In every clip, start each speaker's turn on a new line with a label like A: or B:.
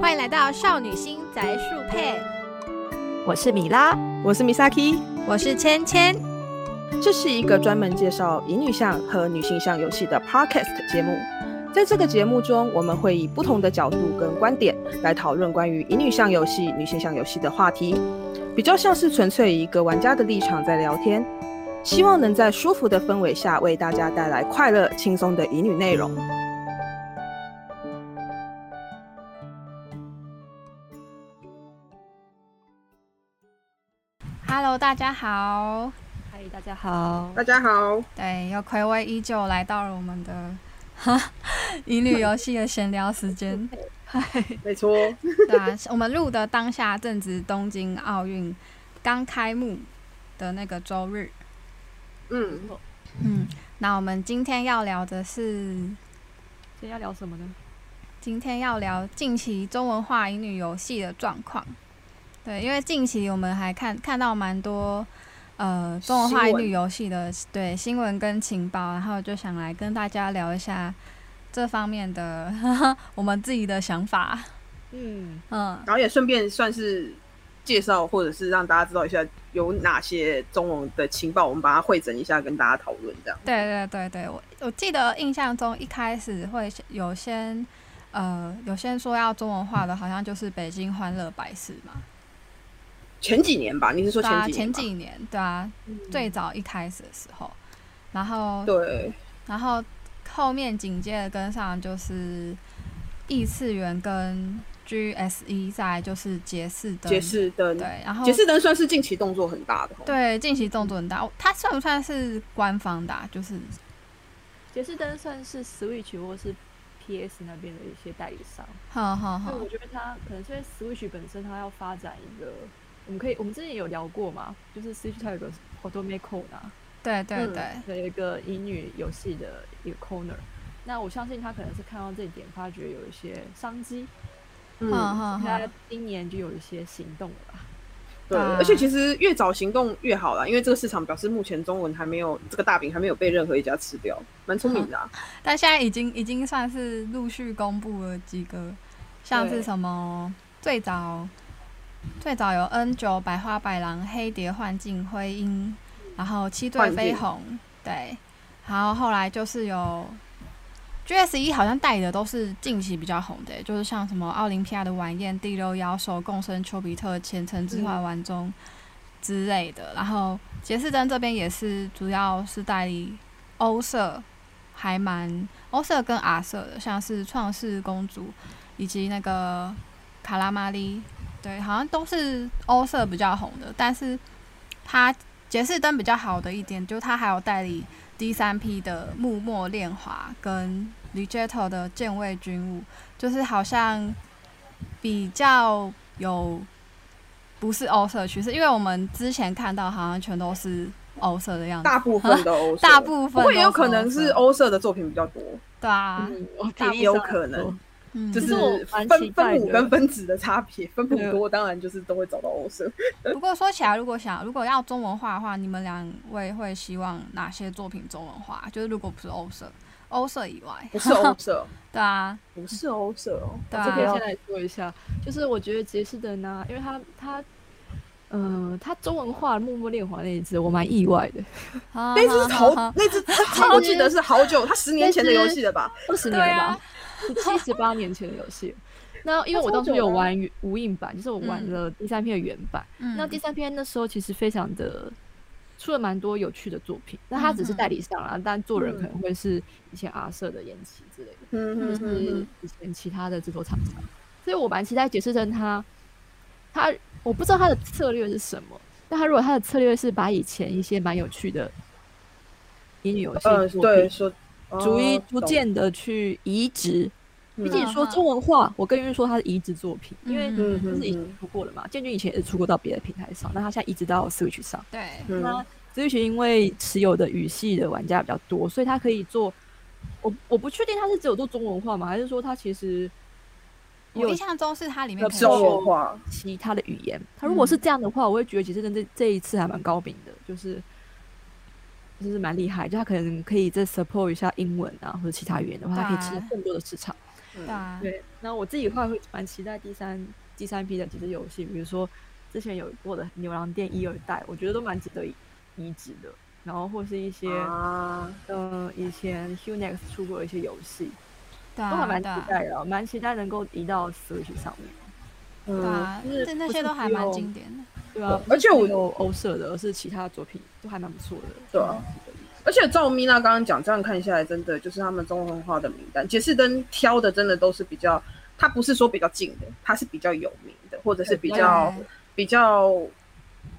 A: 欢迎来到少女心宅树配，
B: 我是米拉，
C: 我是 Misaki，
A: 我是芊芊。
C: 这是一个专门介绍乙女向和女性向游戏的 Podcast 节目。在这个节目中，我们会以不同的角度跟观点来讨论关于乙女向游戏、女性向游戏的话题，比较像是纯粹以一个玩家的立场在聊天，希望能在舒服的氛围下为大家带来快乐、轻松的乙女内容。
A: Hello，大家好，
B: 嗨，大家好，
C: 大家好，
A: 对，又暌违依旧来到了我们的 哈乙女游戏的闲聊时 间。
C: 没错，
A: 对啊，我们录的当下正值东京奥运刚开幕的那个周日。
C: 嗯，
A: 嗯，那我们今天要聊的是，
B: 今天要聊什么呢？
A: 今天要聊近期中文化乙女游戏的状况。对，因为近期我们还看看到蛮多呃中文化乙
C: 新闻
A: 女游戏的对新闻跟情报，然后就想来跟大家聊一下这方面的 我们自己的想法。
B: 嗯，
A: 嗯，
C: 然后也顺便算是介绍，或者是让大家知道一下有哪些中文的情报，我们把它汇整一下，跟大家讨论这样。
A: 对对对对，我我记得印象中一开始会先有先呃有先说要中文化的，好像就是北京欢乐百事嘛。
C: 前几年吧，你是说
A: 对啊，
C: 几年
A: 前
C: 吧？
A: 几年对啊，最早一开始的时候，然后
C: 对，
A: 然后后面紧接着跟上就是异次元跟 GSE，再来就是杰士登，
C: 杰士登，
A: 对，然后
C: 杰士登算是近期动作很大的哦，
A: 对近期动作很大，哦它算不算是官方的、啊？就是
B: 杰士登算是 Switch 或是 PS 那边的一些代理商，
A: 哼
C: 嗯
A: 哼
B: 那
A: 哼，
B: 我觉得它可能是因为 Switch 本身它要发展一个，我们可以我们之前也有聊过嘛，就是 Switch 它有个 Otome Corner，
A: 对对
C: 嗯
A: 对，
B: 对有一个乙女游戏的一个 corner。那我相信他可能是看到这一点，发觉有一些商机，
A: 哼
C: 嗯，
A: 哼
B: 他
A: 哼，
B: 今年就有一些行动了吧。
C: 对，
A: 啊
C: 而且其实越早行动越好啦，因为这个市场表示目前中文还没有这个大饼还没有被任何一家吃掉，蛮聪明的啊，
A: 但现在已经已经算是陆续公布了几个，像是
B: 对
A: 什么最早最早有 N 九百花百郎、黑蝶幻境、灰鹰，然后七对
C: 幻
A: 飞
C: 境
A: 鸿，对，然后后来就是有 GS 一好像代理的都是近期比较红的、欸就是像什么奥林匹亚的晚宴、第六妖兽、共生丘比特、前程之花丸中。之类的，然后杰士登这边也是主要是代理欧社，还蛮欧社跟 R 社的，像是创世公主以及那个卡拉玛丽，对，好像都是欧社比较红的。但是它杰士登比较好的一点，就是它还有代理第三批的幕末恋华跟 Rigetto 的剑卫军务，就是好像比较有不是欧社趋势，因为我们之前看到好像全都是欧社的样子，
C: 大部分的欧社
A: 嗯大部分
C: 不过也有
A: 都
C: 可能
A: 欧
C: 是
A: 社
C: 欧社的作品比较多，
A: 对啊，
B: 嗯，我
C: 也有可能，
A: 嗯，
C: 就
B: 其
C: 是
B: 实我蛮
C: 分
B: 期待
C: 分
B: 的
C: 母跟分子的差别，分母
B: 对啊
C: 多当然就是都会找到欧社。
A: 不过说起来，如果想如果要中文化的话，你们两位会希望哪些作品中文化？就是如果不是欧社，欧社以外，
C: 不是 欧社，
A: 对啊，
C: 不是欧社哦，
A: 对
B: 这可以
A: 啊
B: 先，来说一下，就是我觉得杰士登呢、因为他他。嗯、他中文化《默默恋华》那一只，我蛮意外的，
A: 那
C: 那只是 好，那只好，我记得是好久，它十年前的游戏了吧？
B: 二 十
A: 对
B: 年了吧
A: 啊，
B: 七十八年前的游戏。那因为我当初有玩原无印版，就是我玩
C: 嗯
B: 了第三篇的原版。
A: 嗯
B: 那第三篇那时候其实非常的出了蛮多有趣的作品，那它
C: 嗯
B: 只是代理商啊，但做人可能会是以前阿瑟的延期之类的，
C: 嗯
B: 或是以前其他的制作厂商。所以我蛮期待解释成他，他我不知道他的策略是什么，但他如果他的策略是把以前一些蛮有趣的乙女游戏
C: 呃，
B: 作
C: 对，
B: 品
C: 说
B: 逐一
C: 哦
B: 逐
C: 懂
B: 渐的去移植。
C: 嗯
B: 毕竟说中文化，我更愿意说它是移植作品，因为
A: 嗯
C: 嗯
B: 就
C: 嗯
B: 是已经
C: 嗯
B: 出过了嘛。建军以前也是出过到别的平台上，那它现在移植到 Switch 上。
A: 对，
C: 嗯
B: 那 Switch 因为持有的语系的玩家比较多，所以它可以做。我我不确定它是只有做中文化吗？还是说它其实
A: 我印象中是它里面可以
C: 中
A: 选
C: 文化，
B: 其他的语言？它如果是这样的话，我会觉得其实真的这这一次还蛮高明的，就是就是蛮厉害，就它可能可以再 support 一下英文啊或者其他语言的话，它可以
A: 对啊
B: 吃更多的市场。
A: 对啊，
B: 对，那我自己话会蛮期待第三第三批的几只游戏，比如说之前有过的《牛郎店》一二代，我觉得都蛮值得移移植的。然后或是一些、
C: 啊，
B: 呃以前 Hunex 出过的一些游戏，
A: 对
B: 都还
A: 啊，
B: 蛮期
A: 对啊，
B: 待的哦，蛮期待能够移到 Switch 上面。
C: 嗯
A: 对啊，
B: 就是
A: 这那
B: 不
A: 些
B: 是
A: 都还
B: 只
A: 蛮
B: 有
A: 经典的。
B: 对啊，
C: 而且我
B: 有欧社的，而是其他的作品都还蛮不错的。
C: 对啊而且照米娜刚刚讲，这样看下来，真的就是他们中文化的名单，杰士登挑的真的都是比较，他不是说比较近的，他是比较有名的，或者是比较
A: 对
C: 比较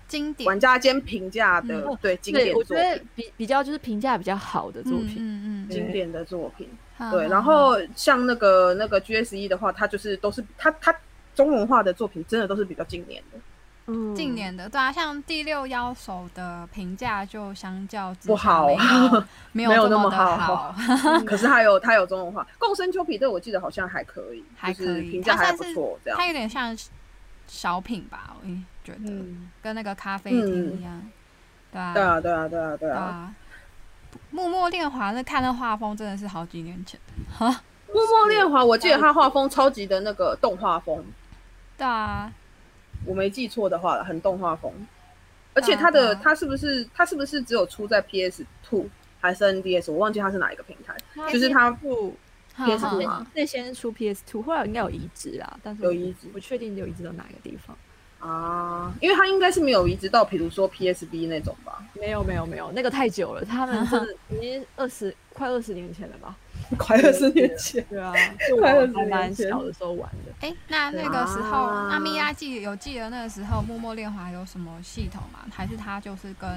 A: 经典
C: 玩家间评价的，
B: 嗯
C: 对经典
B: 对，我
C: 作
B: 觉
C: 品
B: 得，比比较就是评价比较好的作品，
A: 嗯嗯嗯
B: 对
C: 经典的作品。
A: 哈，
C: 对，
A: 哈
C: 然后像那个那个 GSE 的话，它就是都是它它中文化的作品，真的都是比较近年的，
B: 嗯，
A: 近年的，对啊，像第六妖手的评价就相较之
C: 不
A: 下
C: 好
A: 没
C: 没有
A: 有这
C: 那么
A: 的
C: 好
A: 好，
C: 可是它有它有中文化。共生丘比特我记得好像还可以，
A: 还
C: 就是
A: 可以
C: 评价
A: 它
C: 还
A: 算
C: 不
A: 是
C: 错这样
A: 它。有点像小品吧，我觉得、
C: 嗯，
A: 跟那个咖啡厅一样，对啊，
C: 对啊，对啊，对啊，对
A: 对
C: 啊。
A: 啊。默默恋华那看那画风真的是好几年前，
C: 默默恋华，我记得他画风超级的那个动画风，
A: 对啊，
C: 我没记错的话了，很动画风。而且他
A: 对
C: 的
A: 啊
C: 他是不是他是不是只有出在 PS Two 还是 NDS？我忘记他是哪一个平台，
B: 嗯
C: 就是他
B: 不
A: 哈
C: PS2
A: 哈
C: 是吗
B: 最先出 PS Two，后来应该有移植啦，但是
C: 有
B: 我
C: 移植
B: 不确定有移植到哪个地方。
C: 啊，因为他应该是没有移植到，比如说 PSB 那种吧，
B: 没有没有没有，那个太久了，他们真的已经二 十快二十年前了吧？
C: 快二十年前。
B: 对啊，就我
C: 快20
B: 还蛮
C: 年前
B: 小的时候玩的。
A: 哎、那那个时候，
C: 啊
A: 阿米亚记有记得那个时候默默恋华有什么系统吗？还是他就是跟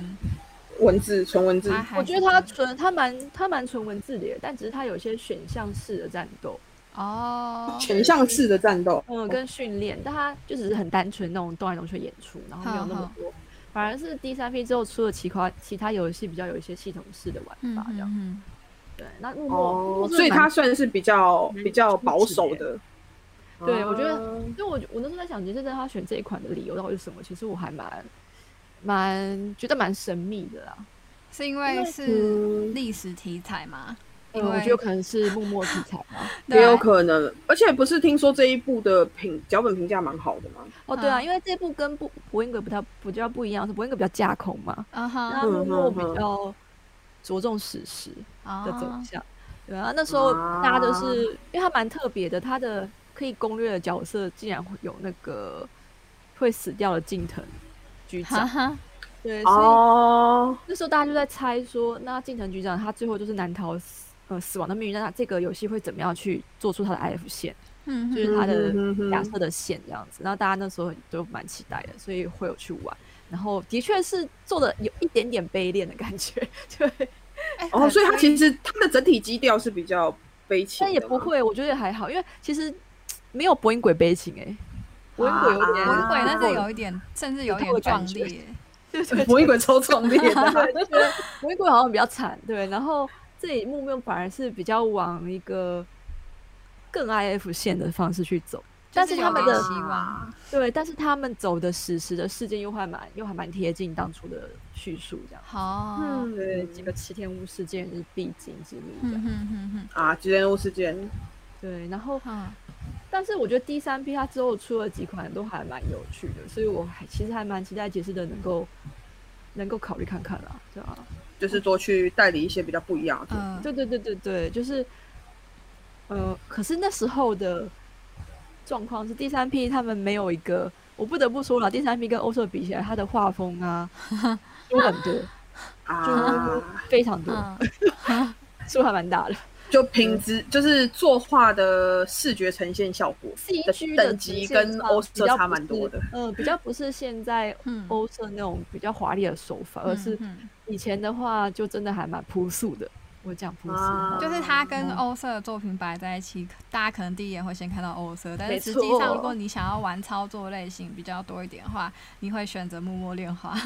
C: 文字，纯文字。
A: 他还
B: 啊我觉得
A: 是
B: 它
A: 跟
B: 纯，它蛮它蛮纯文字的耶，但只是它有一些选项式的战斗，
A: 哦，
C: 全向式的战斗，
B: 嗯，跟训练，但它就只是很单纯那种动来动去的演出，然后没有那
A: 好
B: 么
A: 好
B: 多。反而是第三批之后出了其他其他游戏比较有一些系统式的玩
A: 嗯
B: 法，这样、
A: 嗯
B: 对。那幕后、
C: 哦
B: 幕后，
C: 所以
B: 蛮
C: 他算是比较
B: 蛮
C: 比较保守的。
B: 对我觉得
C: 啊
B: 就我我那时候在想，杰森他选这一款的理由到底是什么？其实我还蛮蛮觉得蛮神秘的啦。
A: 是因为
C: 嗯
A: 是历史题材吗？因
B: 嗯我
A: 为
B: 觉得有可能是默默题材吧。
A: 对
C: 也有可能，而且不是听说这一部的评脚本评价蛮好的吗？
B: 哦，对啊，
A: 嗯
B: 因为这部跟不博恩格比较比较不一样，是博恩格比较架空嘛，
A: 啊哈
B: 那默默比
C: 嗯嗯嗯
B: 较着重史实的走
A: 啊，
B: 向。对哦啊，那时候大家都是因为它蛮特别的，它的可以攻略的角色竟然会有那个会死掉的近藤局
A: 哈
B: 长。
A: 哈，
B: 对，所以
C: 哦，
B: 那时候大家就在猜说，那近藤局长他最后就是难逃死呃死亡的命运，那他这个游戏会怎么样去做出他的 F 线，
A: 嗯
B: 就
A: 哼
B: 是他的
C: 嗯哼哼
B: 假设的线这样子。然后大家那时候都蛮期待的，所以会有去玩。然后的确是做的有一点点悲恋的感觉， 对，
A: 哎
C: 哦，所以他其实他的整体基调是比较悲情的
B: 但
C: 吗，
B: 也不会，我觉得也还好，因为其实嘖没有博音鬼悲情哎、欸，博音鬼有点
C: 啊
A: 鬼，但
C: 过
A: 是有一点，甚至有点
B: 有这个
A: 壮
B: 感觉
A: 烈，
C: 魔鬼超壮 烈的，
B: 博音鬼好像比较惨，对，然后这里木木反而是比较往一个更 IF 线的方式去走。但
A: 就是是
B: 他们
A: 有点
B: 的
A: 希望，
B: 对，但是他们走的史实的事件又还蛮又还蛮贴近当初的叙述，这样。
A: 好，嗯
C: 嗯，
B: 对，这个七天屋事件是必经之路，这
A: 哼
B: 样。
A: 哼
C: 啊，吉人物事件，
B: 对，然后
A: 哼，啊，
B: 但是我觉得第三批它之后出了几款都还蛮有趣的，所以我还其实还蛮期待解释的能够能够考虑看看啦，对啊，
C: 就是多去代理一些比较不一样的作品，
A: 嗯，
B: 对对对对对，就是，呃，可是那时候的状况是第三批他们没有一个，我不得不说了，第三批跟欧社比起来，他的画 风啊书很多，
C: 啊，
B: 非常多，
A: 嗯，
B: 书还蛮大的
C: 就品质就是作画的视觉呈现效果
B: ，CG 的
C: 等级跟欧社差蛮多的，
B: 嗯、呃，比较不是现在
A: 嗯
B: 欧社那种比较华丽的手法，而是
A: 嗯嗯
B: 以前的话就真的还蛮朴素的。我讲朴素
C: 啊
B: 哈，
A: 就是他跟欧色的作品摆在一起，大家可能第一眼会先看到欧色，但是
B: 没
A: 实际上
B: 错
A: 如果你想要玩操作类型比较多一点的话，你会选择默默恋花，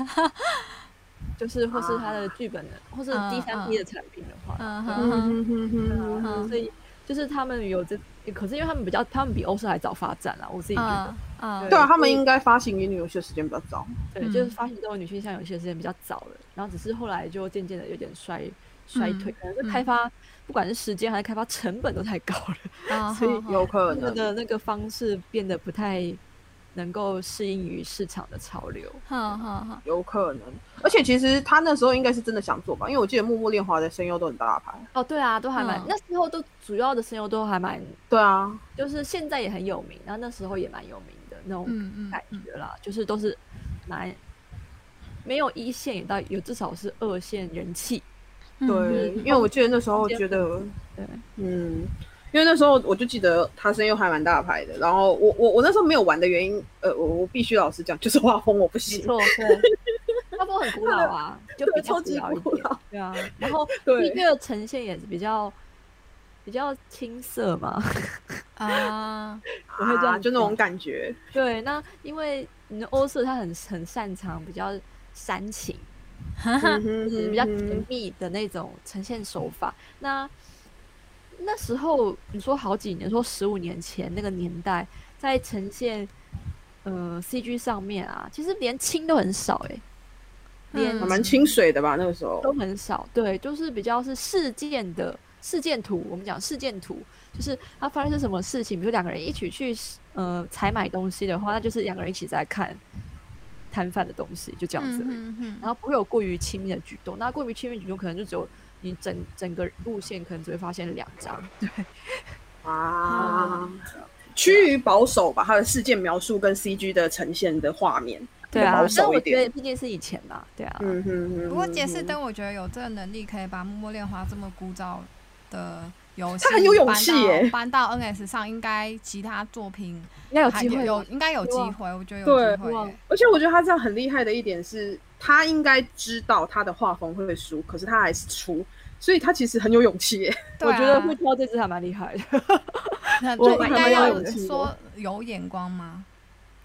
B: 就是或是他
C: 啊
B: 的剧本的，或是第三批的产品的话，
A: 嗯
C: 嗯
A: 哼，
C: 哼哼哼哼
A: 嗯
B: 所以就是他们有这，可是因为他们比较，他们比欧社还早发展啦，我自己觉得
A: 嗯，嗯，
C: 对啊，他们应该发行英语游戏的时间比较早。嗯
B: 对，就是发行这种女性向游戏的时间比较早了，然后只是后来就渐渐的有点衰衰
C: 嗯
B: 退，可能是开发不管是时间还是开发成本都太高了，
A: 啊，
B: 所以
A: 好
C: 有
A: 好
C: 可
B: 他
C: 能。
B: 们的嗯那个方式变得不太能够适应于市场的潮流。
A: 好好好，
C: 有可能，而且其实他那时候应该是真的想做吧，因为我记得木木恋华的声优都很大牌。
B: 哦，对啊，都还蛮、
A: 嗯
B: 那时候都主要的声优都还蛮，
C: 对啊，
B: 就是现在也很有名，然后那时候也蛮有名的那种
A: 嗯嗯
B: 感
A: 嗯，
B: 觉啦，就是都是蛮没有一线，也到有至少是二线人气。
A: 嗯
C: 对，
B: 嗯
C: 因为我记得那时候觉得，
B: 对，
C: 嗯，因为那时候我就记得他声优还蛮大牌的，然后我我我那时候没有玩的原因，呃，我我必须老实讲，就是画风我不
B: 没
C: 行，
B: 错，对，画风很古老啊，就比
C: 对，
B: 较
C: 超级
B: 老一
C: 古
B: 点。
C: 老，
B: 对啊，然后
C: 对
B: 音乐呈现也是比较比较青涩嘛。
A: 啊，
B: 我会这样
C: 啊就那
B: 讲
C: 种感 觉，
B: 对，那因为你的欧瑟他很很擅长比较煽情，
C: 嗯哼
B: 就是比较
C: 嗯
B: 甜
C: 哼
B: 蜜的那种呈现手法。那那时候你说好几年，说十五年前那个年代，在呈现呃 CG 上面啊，其实连亲都很少哎、连
A: 嗯
C: 还蛮清水的吧，那个时候
B: 都，很少，对，就是比较是事件的事件图。我们讲事件图，就是它发生什么事情，比如两个人一起去呃采买东西的话，那就是两个人一起在看摊贩的东西，就这样子而已。
A: 嗯
B: 然后不会有过于亲密的举动，那过于亲密的举动可能就只有你整整个路线可能只会发现两张，对，
C: 啊，
B: 嗯
C: 趋于保守吧，他的事件描述跟 CG 的呈现的画面，保
B: 但
C: 守
B: 我
C: 一
B: 觉
C: 点
B: 得，毕竟是以前嘛，对啊，
C: 嗯哼哼，
A: 不过
C: 嗯
A: 杰士
C: 哼
A: 登，我觉得有这个能力，可以把《默默恋花》这么枯燥的游戏，
C: 他很有勇气耶
A: 搬到搬到 NS 上，应该其他作品
B: 应该有
A: 还
B: 机会
A: 有
B: 吧，
A: 应该有
B: 希
A: 机
B: 望
A: 会，我觉得有
C: 对
A: 机会
B: 希望
A: 耶。
C: 而且我觉得他这样很厉害的一点是，他应该知道他的画风会输，可是他还是出，所以他其实很有勇气耶。
A: 对
B: 我觉得
A: 啊
B: 会挑这支还蛮厉害的，
A: 那
B: 我
A: 就
B: 还
A: 应
B: 蛮
A: 该
B: 有
A: 要
C: 勇气的
A: 说有眼光吗？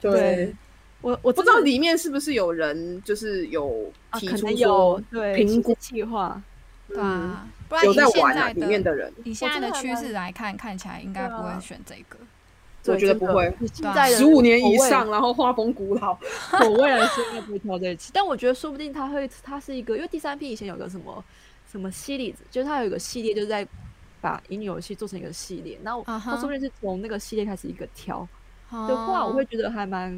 B: 对，我我
C: 不
B: 真
C: 知道
B: 的
C: 里面是不是有人就是有
A: 哦
B: 啊
C: 提
B: 可
C: 出
B: 能
C: 说
B: 有对
C: 评
B: 其实
C: 估
B: 计划，
A: 对
B: 嗯
A: 啊，不然
C: 有
A: 以
C: 在
A: 现
C: 玩啊
A: 在
C: 里面
A: 的
C: 的人，
A: 以现在
B: 真
A: 的
B: 的还
A: 趋
B: 蛮
A: 势来看，看起来应该
B: 对
A: 不会
B: 啊
A: 选这个。
C: 我
B: 对
C: 觉得
B: 真
C: 不
B: 的
C: 会
B: 你现
A: 对啊
B: 在的
C: 十五年以
B: 口味
C: 上，然后画风古老，
B: 口味来说应该不会挑这一期，但我觉得说不定他会，他是一个，因为第三批以前有个什么什么系列，就是他有一个系列，就是在把乙女游戏做成一个系列，那我
A: 啊哈哦
B: 他说不定是从那个系列开始一个挑的
A: 的
B: 话，我会觉得还蛮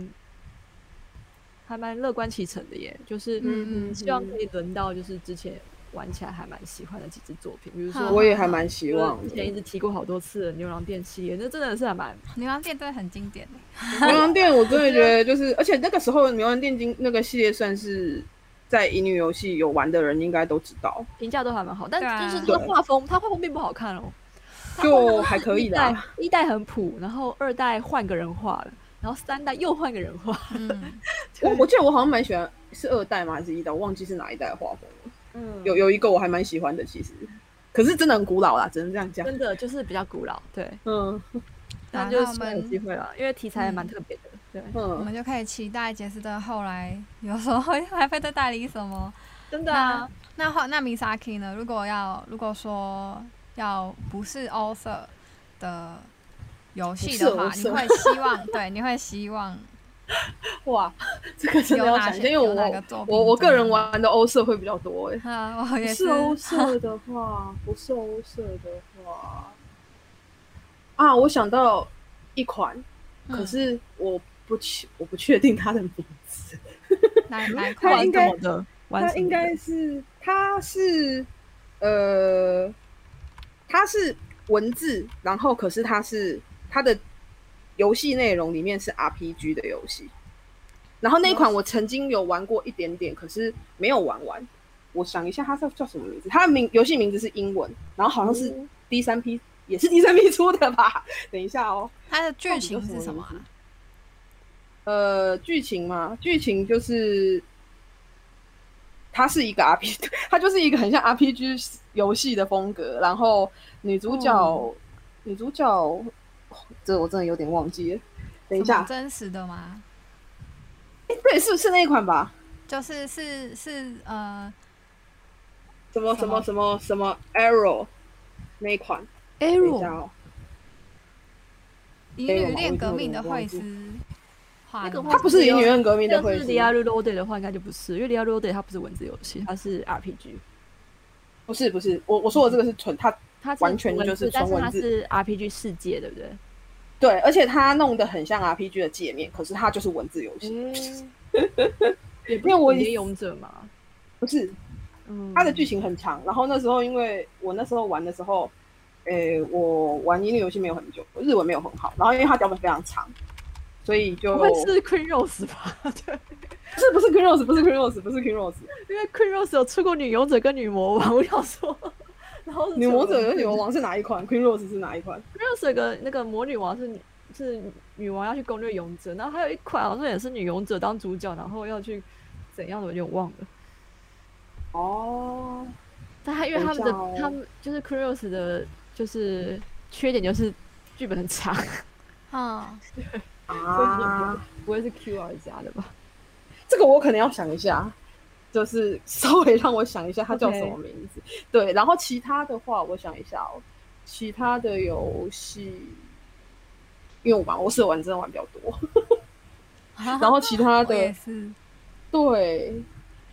B: 还蛮乐观其成的耶，就是
A: 嗯嗯
B: 希望可以轮到就是之前玩起来还蛮喜欢的几支作品，比如
A: 好
B: 说
C: 我也还蛮希
B: 因
C: 望
B: 为之前一
C: 的。
B: 直提过好多次的牛郎店系列，那真的是还蛮
A: 牛郎店真的很经典 耶，
C: 牛郎店我真的觉得就是，而且那个时候牛郎店经那个系列算是在乙女游戏有玩的人应该都知道，
B: 评价都还蛮好，但
A: 对啊
B: 就是它的画风，它画风并不好看哦。它画风
C: 就还可以
B: 一代
C: 啦。
B: 一代很普，然后二代换个人画了，然后三代又换个人画。
A: 嗯，
C: 我我记得我好像蛮喜欢，是二代吗？还是一代？我忘记是哪一代的画风了。
B: 嗯，
C: 有有一个我还蛮喜欢的，其实，可是真的很古老啦，只能这样讲。
B: 真的就是比较古老，对，
C: 嗯
B: 但
A: 好
B: 就
A: 那我
B: 是希望有
A: 们
B: 机会了，因为题材还蛮特别的，对，
A: 我
C: 嗯，
A: 们就可以期待杰斯的后来有时候会 还会再带领什么。
B: 真的啊，
A: 那后那 Misaki 呢？如果要如果说要不是 author 的游戏的话，
C: 不
A: 你
C: 是 author
A: 会希望对你会希望
C: 哇，这个 真的要
A: 有哪
C: 想一下，
A: 些
C: 因为
A: 有哪个作
C: 我
A: 品
C: 我我
A: 真的
C: 个人玩的欧社会比较多哎、
A: 啊，我
C: 不
A: 也
C: 是哦欧社的话，不是欧社的话，啊，我想到一款，
A: 嗯
C: 可是我不确我不确定它的名字，
A: 哪哪一
C: 嗯 他
A: 块
B: 玩
C: 应
B: 什
C: 该
B: 么的？玩
C: 它
B: 什么
C: 应
B: 的
C: 该是它是呃，它是文字，然后可是它是它的游戏内容里面是 RPG 的游戏，然后那一款我曾经有玩过一点点，可是没有玩完。我想一下，它叫叫什么名字？它的名游戏名字是英文，然后好像是
B: 嗯
C: 第三批，也是第三批出的吧？ 等一下哦，
A: 它的剧情是什么
C: 到底叫什么名
A: 啊？
C: 呃，剧情嘛，剧情就是它是一个 RPG，它 就是一个很像 RPG 游戏的风格。然后女主角，
B: 哦
C: 女主角，哦这我真的有点忘记了。等一
A: 什么
C: 下，
A: 真实的吗？
C: 诶对，是是那一款吧？
A: 就是是是呃，
C: 什么
A: 什
C: 什
A: 么
C: 么什么什么 Arrow 那一款？等一下
B: Arrow
C: 哦，
A: 乙
C: 对我
A: 女
C: 忘
A: 恋
C: 记
A: 革
C: 了
A: 命的
C: 我忘
A: 惠
C: 记
A: 斯画
B: 那
A: 的
B: 个
A: 吗，
C: 它不是《
B: 有
C: 女人革命的
B: 要
C: 会
B: 是
C: 师》
B: Diablo Loaded 的话，应该就不是，因为 Diablo Loaded 它不是文字游戏，它是 RPG。
C: 不是不是，我我说的这个是纯他
B: 它是
C: 完全
B: 文
C: 就是
B: 字但
C: 纯
B: 是
C: 文
B: 它
C: 字
B: 是 RPG 世界，对不对？
C: 对，而且他弄得很像 RPG 的界面，可是它就是文字游戏。
B: 也不
C: 因为我
B: 是
C: 已
B: 猎勇者嘛，
C: 不是，
B: 嗯，
C: 它的剧情很长。然后那时候因为我那时候玩的时候，诶、我玩音乐游戏没有很久，日文没有很好。然后因为它脚本非常长，所以就
B: 不会是 Queen Rose 吧？ 对，
C: 不是不是 Queen Rose，不是 Queen Rose，不是 Queen Rose。
B: 因为 Queen Rose 有出过女勇者跟女魔王，我想说，然后是
C: 女魔者跟女
B: 女
C: 魔王是哪一款？Queen Rose 是哪一款？
B: Queen Rose 有个那个魔女王是女是女王要去攻略勇者，然后还有一款好像也是女勇者当主角，然后要去怎样的我有点忘了。
C: 哦，
B: 但他因为他们的、
C: 等一下哦
B: 他们就是 c r u s 的，就是缺点就是剧本很长，
A: 嗯，
C: 啊，
B: 不会是 QR 加的吧？
C: 这个我可能要想一下，就是稍微让我想一下它叫
B: OK
C: 什么名字。对，然后其他的话，我想一下哦，其他的游戏，因为我玩我是玩真的玩比较多， 然后其他
A: 我也
C: 的
A: 是，
C: 对，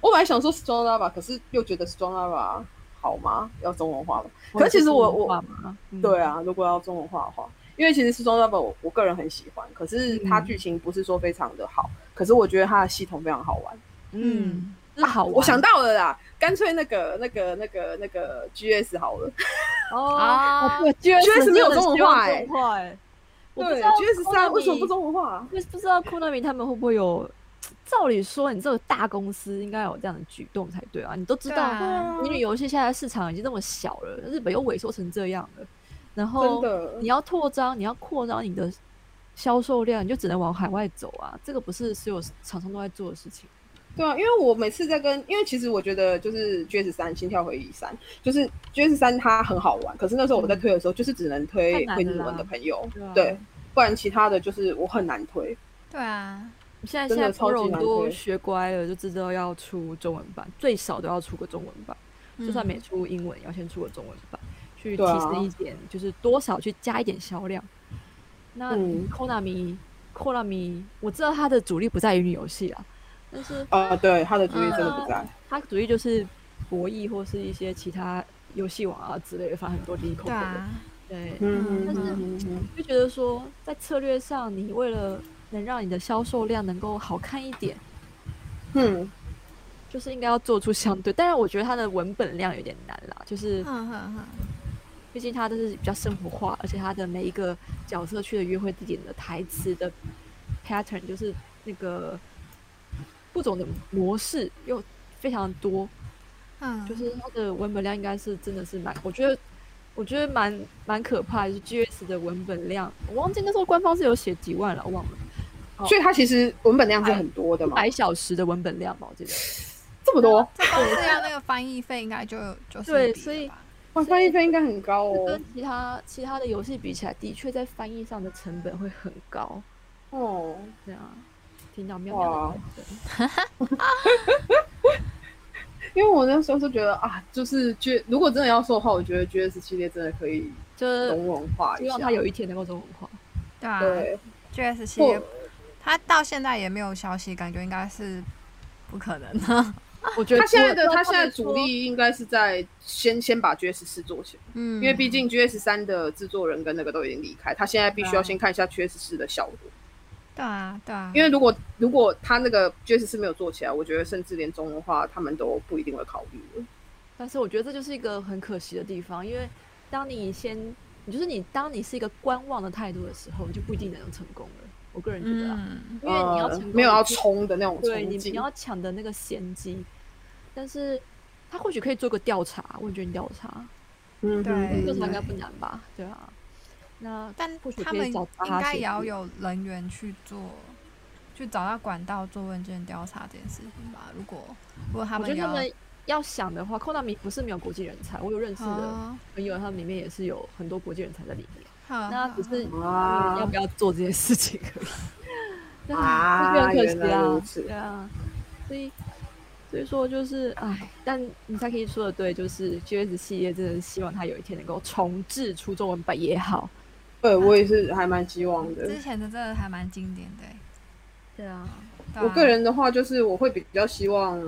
C: 我本来想说 Strong Lava，可是又觉得 Strong Lava 好吗？要中文化吗？可是其实我我
B: 嗯
C: 对，啊，如果要中文化的话，因为其实《失踪 level》我我个人很喜欢，可是它
B: 嗯
C: 剧情不是说非常的好，可是我觉得它的系统非常好玩。
B: 嗯，
A: 嗯，
B: 是好玩。
C: 我想到了啦，干脆那个那个那个那个 GS 好了
B: 哦，
A: 啊，
C: ，GS 没有中文化哎、
B: 哎，我
C: 对
B: 不知道
C: ，GS 三
B: Konami-
C: 为什么不中文化？啊
B: 不不知道 Konami 他们会不会有？照理说，你这个大公司应该有这样的举动才对啊！你都知
A: 对
B: 道，
A: 啊
B: 迷你游戏现在市场已经那么小了，日本又萎缩成这样了，
C: 真
B: 然后
C: 的
B: 你要扩张，你要扩张你的销售量，你就只能往海外走啊！这个不是所有厂商都在做的事情。
C: 对啊，因为我每次在跟，因为其实我觉得就是 GS 三《心跳回忆三》，就是 GS 三它很好玩，可是那时候我在推的时候，就是只能推
B: 太嗯难
C: 推
B: 了
C: 日文
B: 啦
C: 的朋友，
B: 对啊
C: 对，不然其他的就是我很难推。
A: 对啊，
B: 现在
C: 真
B: 现
C: 的
B: 在
C: 超
B: 包
C: 级
B: 容
C: 难
B: 都
C: 推
B: 学乖了，就知道要出中文版，最少都要出个中文版，就算
A: 嗯
B: 没出英文，也要先出个中文版，去提
C: 对啊
B: 升一点，就是多少去加一点销量。那
C: 嗯
B: Konami、Konami，我知道它的主力不在于女游戏啊，但是
C: 啊，对，他的主意真的不在。
B: 它主力就是博弈或是一些其他游戏网啊之类的，反正很多利益口
A: 对
B: 碑。
A: 啊，
B: 对，
C: 嗯
B: 但是
C: 嗯嗯
B: 就觉得说，在策略上，你为了能让你的销售量能够好看一点，
C: 嗯，
B: 就是应该要做出相对。当然，我觉得它的文本量有点难啦，就是
A: 哼哼哼，
B: 毕竟它都是比较生活化，而且它的每一个角色去的约会地点的台词的 pattern 就是那个不同的模式又非常多，
A: 嗯，
B: 就是它的文本量应该是真的是蛮，我觉得。我觉得蛮蛮可怕的，就是 GS 的文本量，我忘记那时候官方是有写几万了，我忘了。哦哎
C: 所以它其实文本量是很多的嘛，
B: 百小时的文本量吧，我记得。
C: 这么
B: 啊
C: 多，
A: 这光是要那个翻译费，应该就就是
B: 对
A: 一笔了
B: 所以
A: 吧
C: 哇，翻译费应该很高哦
B: 跟。其他其他的游戏比起来，的确在翻译上的成本会很高。
C: 哦，
B: 对啊，听到喵喵
C: 哇
B: 的歌声
C: 因为我那时候是觉得啊，就是觉如果真的要说的话，我觉得 GS 系列真的可以
B: 就是
C: 中文化一
B: 呃希望
C: 下
B: 它。有一天能够中文化。
A: 对啊，
C: 对，
A: ，GS 系
C: 或
A: 列，它到现在也没有消息，感觉应该是不可能
B: 嗯
A: 的。
B: 我觉得
C: 他现在的
B: 除了啊
C: 他现在
B: 除
C: 主
B: 了
C: 力应该是在先先把 GS 四做起来，
A: 嗯，
C: 因为毕竟 GS 三的制作人跟那个都已经离开，他现在必
B: 啊
C: 须要先看一下 GS 四的效果。
A: 对啊，对啊，
C: 因为如果如果他那个 GS 四没有做起来，我觉得甚至连中文化他们都不一定会考虑了。
B: 但是我觉得这就是一个很可惜的地方，因为当你先，你就是你当你是一个观望的态度的时候，你就不一定能成功了。我个人觉得啊，
A: 嗯，
B: 因为你要
C: 呃
B: 成功，
C: 没有要
B: 你就
C: 冲的那种
B: 对
C: 冲
B: 你
C: 劲
B: 你。要抢的那个先机，但是他或许可以做个调查，问卷调查，
C: 嗯
A: 对
C: 嗯
B: 调
A: 就
B: 查
A: 是
B: 应该不难吧？对啊，那
A: 但
B: 或许
A: 他
B: 可
A: 们
B: 以找
A: 应该也要有人员去做，去找到管道做问卷调查这件事情吧。如果如果他
B: 我觉
A: 们
B: 得他
A: 要
B: 们要啊想的话，Konami 不是没有国际人才，我有认识的
A: 哦，
B: 朋友，他们里面也是有很多国际人才在里面，
A: 好
B: 那
A: 好
B: 只是
C: 啊
B: 要不要做这件事情而已。对
C: 啊
B: 这 就很
C: 原
B: 可惜
C: 来如
B: 啊，
C: 此
B: 对啊，所以所以说就是哎，但你才可以说的对，就是 GS 系列真的希望它有一天能够重置出中文版也好。
C: 对我也是还蛮希望的。
A: 之前的真的还蛮经典的欸、
B: 对啊，
A: 对啊
C: 我个人的话，就是我会比较希望，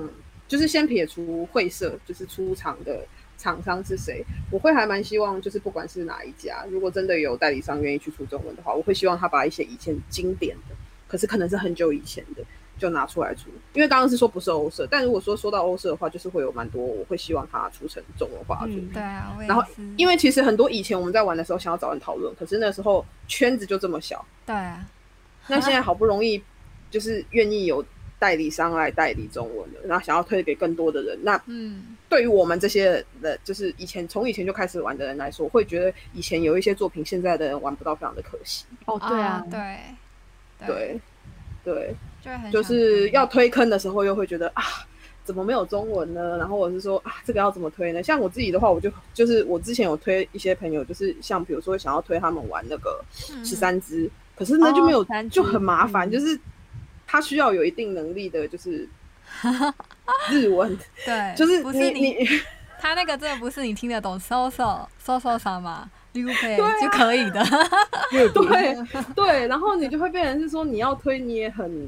C: 就是先撇除会社，就是出场的厂商是谁，我会还蛮希望就是不管是哪一家，如果真的有代理商愿意去出中文的话，我会希望他把一些以前经典的，可是可能是很久以前的。就拿出来出，因为刚刚是说不是欧社，但如果说说到欧社的话，就是会有蛮多我会希望它出成中文化的
B: 嗯
C: 作品。
A: 对啊，我也
C: 然后
A: 是
C: 因为其实很多以前我们在玩的时候，想要找人讨论，可是那时候圈子就这么小。
A: 对啊，
C: 那现在好不容易就是愿意有代理商来代理中文的，然后想要推给更多的人。那
A: 嗯，
C: 对于我们这些的，就是以前从以前就开始玩的人来说，会觉得以前有一些作品，现在的人玩不到，非常的可惜。
B: 哦，对啊，
A: 对
C: 对，对，
A: 就会很
C: 就
A: 想
C: 是
A: 看
C: 要推坑的时候，又会觉得啊，怎么没有中文呢？然后我是说啊，这个要怎么推呢？像我自己的话，我就就是我之前有推一些朋友，就是像比如说想要推他们玩那个
A: 嗯
C: 十，三只，可是呢
B: 哦
C: 就没有，
B: 13
C: 就很麻烦，
B: 嗯
C: 就是他需要有一定能力的，就是日文，
A: 嗯对，
C: 就是
A: 不
C: 你
A: 是
C: 你
A: 他那个真的不是你听得懂，so so so so 啥嘛，you pay
C: 对啊
A: 就可以的，
C: 对对，然后你就会变成是说你要推你也很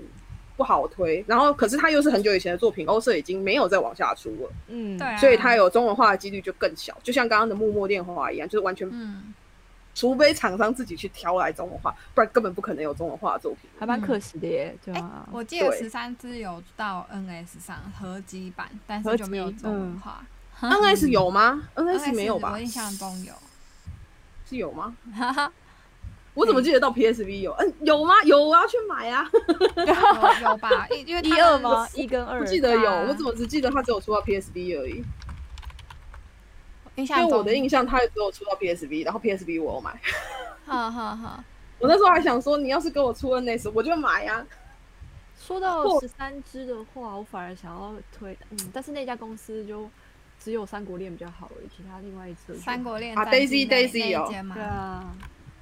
C: 不好推，然后可是他又是很久以前的作品，欧社已经没有再往下出了。
B: 嗯，
A: 对啊，
C: 所以它有中文化的几率就更小，就像刚刚的默默电话一样，就是完全，
A: 嗯，
C: 除非厂商自己去挑来中文化，不然根本不可能有中文化的作品。
B: 还蛮可惜的耶，对
A: 哎
B: 啊，
A: 我记得
C: 哦对
A: 十三只有到 NS 上合集版，但
B: 合
A: 是
B: 集
A: 就没有中文
B: 嗯
A: 化。
C: NS 有吗？NS
A: NS
C: 嗯没有吧
A: 我？印象中 有，
C: 是有吗？
A: 哈哈，
C: 我
B: 嗯
C: 怎么记得到 PSV 有？嗯，有吗？有，我要去买啊！
A: 有有吧？因因为他
B: 一
A: 们
B: 二吗？一跟二，
C: 不记得有，
A: 啊
C: 我怎么只记得它只有出到 PSV 而已？
A: 印
C: 因
A: 象
C: 为
A: 中
C: 我的印象它只有出到 PSV，然后 PSV 我有买。
A: 哈哈哈，
C: 我那时候还想说，你要是给我出 NS，我就买啊呀、
B: 说到
C: 或
B: 十三支的话，我反而想要推，嗯，但是那家公司就只有三国恋比较好而已，其他另外一支我觉得
A: 三国恋
C: 啊
A: 战记
C: Daisy-
A: 那
C: Daisy
A: 那一
C: 有
A: 间嘛
B: 对啊，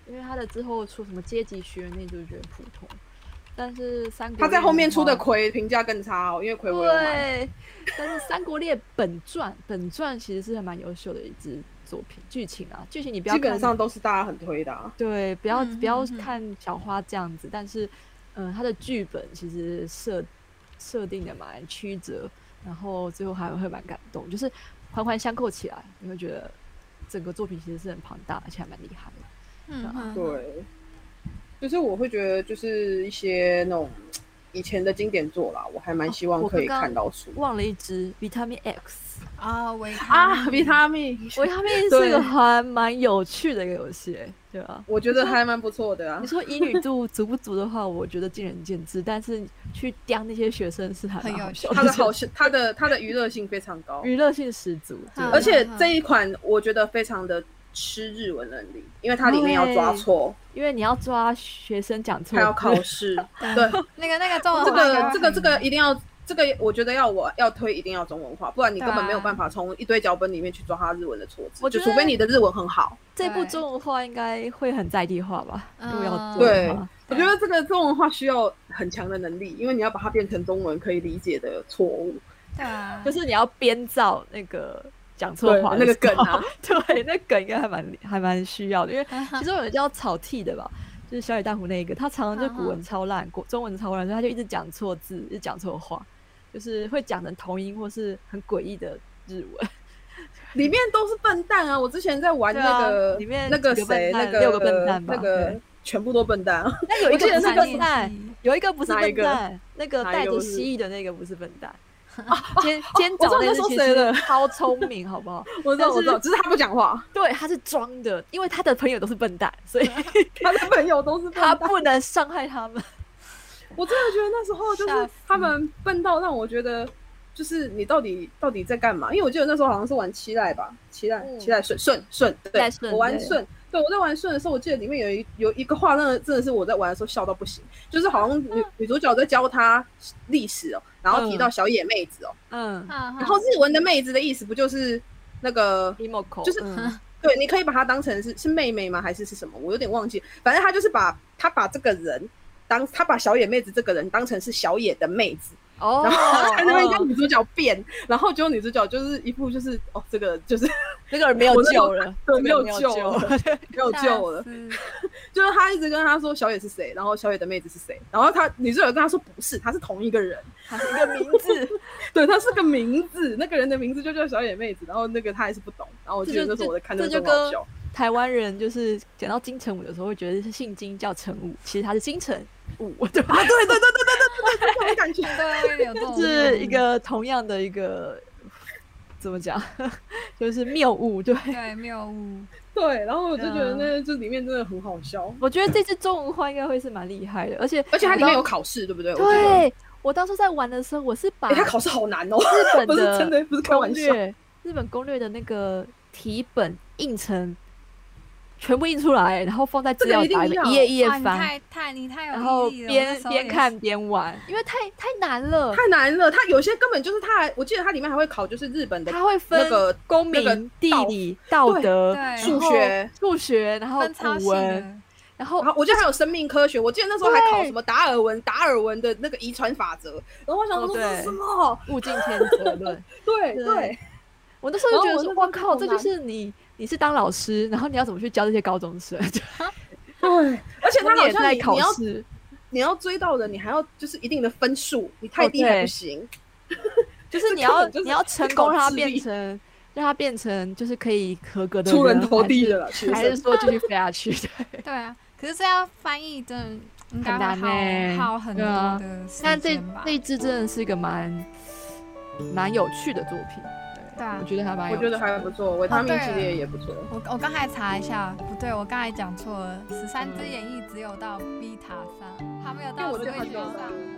B: 因为他的之后出什么阶级学那就觉得普通，但是三国
C: 它在后面出的
B: 话
C: 葵评价更差哦，因为葵我有买。
B: 对，但是《三国猎本传》本传其实是还蛮优秀的一支作品，剧情啊，剧情你不要
C: 基本
B: 看
C: 上都是大家很推的、啊。
B: 对，不要、
A: 嗯
B: 不要
A: 嗯嗯
B: 看小花这样子，但是，嗯、它的剧本其实设设定的蛮曲折，然后最后还会蛮感动，就是环环相扣起来，你会觉得整个作品其实是很庞大，而且还蛮厉害的。
A: 嗯哼，哼
C: 对，就是我会觉得，就是一些那种以前的经典作啦，我还
B: 哦
C: 蛮希望可以看到书、
B: 忘了一支 Vitamin X，
A: 啊，维
C: 啊。
A: 康
C: 维他命，
B: 维他命
C: 对
B: 是个还蛮有趣的一个游戏，欸对啊吧、
C: 我觉得还蛮不错的啊
B: 你。说乙女度足不足的话，我觉得见仁见智，但是去刁那些学生是还蛮
A: 很有
B: 好笑
C: 它的
B: 的，
C: 好，它的它的娱乐性非常高，
B: 娱乐性十足。对
A: 嗯
C: 而且这一款我觉得非常的吃日文能力，因为它里面要抓错，
B: 因为你要抓学生讲错，
C: 还要考 试。对，
A: 那个那个中
B: Oh
A: 文
C: 这
A: 化应该
C: 个
A: 会
C: 这个
A: 很
C: 这个一定要。这个我觉得要我要推一定要中文化，不然你根本
A: 对啊
C: 没有办法从一堆脚本里面去抓它日文的错字，
B: 我
C: 就
B: 觉
C: 除
B: 得
C: 非你的日文很好。
B: 这部
A: 对
B: 中文化应该会很在地化吧？
A: 嗯
B: 如果要做
C: 对
B: 的话，
C: 我觉得这个中文化需要很强的能力，因为你要把它变成中文可以理解的错误，
A: 对啊，
B: 就是你要编造那个讲错
C: 对
B: 话
C: 那个
B: 的时
C: 梗
B: 候
C: 啊，
B: 对，那梗应该还蛮还蛮需要的，因为
A: 嗯
B: 其中有人叫草剃的吧。就是小野大湖那一个，他常常就古文超烂，国中文超烂，所以他就一直讲错字，一直讲错话，就是会讲成同音或是很诡异的日文。
C: 里面都是笨蛋啊！我之前在玩
B: 对
C: 那
B: 啊
C: 个、
B: 里面
C: 那个
B: 几个笨
C: 谁
B: 蛋
C: 那个
B: 六个笨蛋吧
C: 那个
B: 对
C: 全部都笨蛋啊！
B: 那有一
C: 我
B: 个
C: 记得
B: 不是
C: 那个
B: 笨蛋，
A: 嗯
B: 有一个不是
C: 哪一
B: 笨
C: 个
B: 蛋，那个
C: 哪一
B: 带
C: 个
B: 着
C: 不是
B: 蜥蜴的那个不是笨 蛋。今今
C: 我知
B: 早
C: 道你
B: 那
C: 在
B: 只
C: 说
B: 其
C: 谁了
B: 实超聪明，好不好？
C: 我知道
B: 但是
C: 我知道，只是他不讲话，
B: 对，他是装的，因为他的朋友都是笨蛋，所以
C: 他的朋友都是笨
B: 他
C: 蛋。
B: 不能伤害他们。
C: 我真的觉得那时候就
A: 吓
C: 是
A: 死
C: 他们笨到让我觉得，就是你到底到底在干嘛？因为我记得那时候好像是玩七代吧，七代
B: 嗯
C: 七代顺顺顺，对
B: 代，顺
C: 我玩
B: 对
C: 顺。对，我在玩顺的时候，我记得里面有一有一个画，那个真的是我在玩的时候笑到不行，就是好像
B: 嗯
C: 女女主角在教她历史哦，然后提到小野妹子哦，
B: 嗯
A: 然
C: 然后日文的妹子的意思不就是那个
B: ，emo 口
C: 就是
B: 嗯
C: 对，你可以把她当成是是妹妹吗？还是是什么？我有点忘记。反正她就是把她把这个人当她把小野妹子这个人当成是小野的妹子，
B: 哦，
C: 然后在那边跟女主角变，然后结果女主角就是一副就是哦，这个就是
D: 这个人没有
C: 我那时候
D: 救了，这
C: 对
D: 个
C: 没有
D: 人没有
C: 救
D: 救
C: 了
D: 了。
C: 没有救了
A: 吓，死
C: 就是他一直跟他说小野是谁，然后小野的妹子是谁，然后他女主角跟他说不是，他是同一个人，
D: 他是一个名字，
C: 对，他是个名字，那个人的名字就叫小野妹子，然后那个他还是不懂，然后我记得
B: 这就
C: 那时候我在看那个
B: 这就
C: 很好
B: 跟
C: 笑，
B: 台湾人就是讲到金城武的时候，会觉得是姓金叫陈武，其实他是金城武，对吧？
C: 对对对对对对对，这种感觉。
A: 对，有这 种
B: 是一个同样的一个怎么讲，就是谬误。对，
A: 对谬误。
C: 对，然后我就觉得
B: 对
C: 那就里面真的很好笑，
B: 我觉得这次中文化应该会是蛮厉害的，而且
C: 而且它里面有
B: 我
C: 考试，对不对？我
B: 当
C: 记得，
B: 对我当初在玩的时候，我是把
C: 哎，它
B: 日
C: 考试好难哦，
B: 本
C: 不是真的，不是开玩
B: 攻
C: 笑。
B: 略、日本攻略的那个题本印成。全部印出来，然后放在
C: 这
B: 资
C: 个
B: 料
C: 一定
B: 夹里面，
C: 要
B: 一页一页
A: 哇你
B: 翻。
A: 太太你太有
B: 然后
A: 毅力了
B: 边边，看边玩，因为太太难了。
C: 太难了，它有些根本就是它还，我记得它里面还会考，就是日本的
B: 它会分
C: 那个
B: 公民、
C: 那个
B: 地
C: 道
B: 理、道
C: 对
B: 德、
A: 对
B: 然
C: 数
B: 后
C: 学、
B: 数学，然后
A: 我也是分超
B: 古
A: 细
B: 文，
A: 的，
B: 然后
C: 然后我记得还有生命科学，我记得那时候还考
B: 对
C: 什么达尔文达尔文的那个遗传法则，然后我想
B: 哦
C: 说
B: 对
C: 这是什么？
B: 物竞天择 论。
C: 对
B: 对
C: 对
B: 我那时候就觉
C: 然后
B: 得
C: 我那
B: 说，
C: 时候
B: 哇
C: 就
B: 靠，
C: 好
B: 这就
C: 难
B: 是你你是当老师，然后你要怎么去教这些高中生？ 就
C: 对， 而且他
B: 你
C: 好
B: 也
C: 像
B: 在
C: 你
B: 考
C: 你要
B: 试，
C: 你要追到的，你还要就是一定的分数，你太低
B: 哦对
C: 还不行。
B: 就是你
C: 根本
B: 要
C: 就是
B: 你要成
C: 考
B: 功让他
C: 智
B: 变
C: 力
B: 成让他变成就是可以合格的
C: 出人头
B: 还
C: 地
B: 是
C: 的啦学
B: 还
C: 生
B: 是说继续飞下去？
A: 对啊。可是这要翻译真的应该
B: 很
A: 会
B: 难欸
A: 耗耗很
B: 对
A: 多
B: 啊
A: 的时
B: 但这
A: 间吧
B: 这？一支真的是一个蛮蛮有趣的作品，对
A: 对啊
B: 我觉得还蛮有
C: 我
B: 趣
C: 觉
B: 的，
C: 得还不错，维他命系列也不错。
A: 我我刚才查一下，不对，我刚才讲错了，十三只演绎只有到 beta 上，还没有
C: 因为
A: 到
C: 我
A: 这
C: 觉
A: 个
C: 得它
A: 学
C: 只有
A: 上。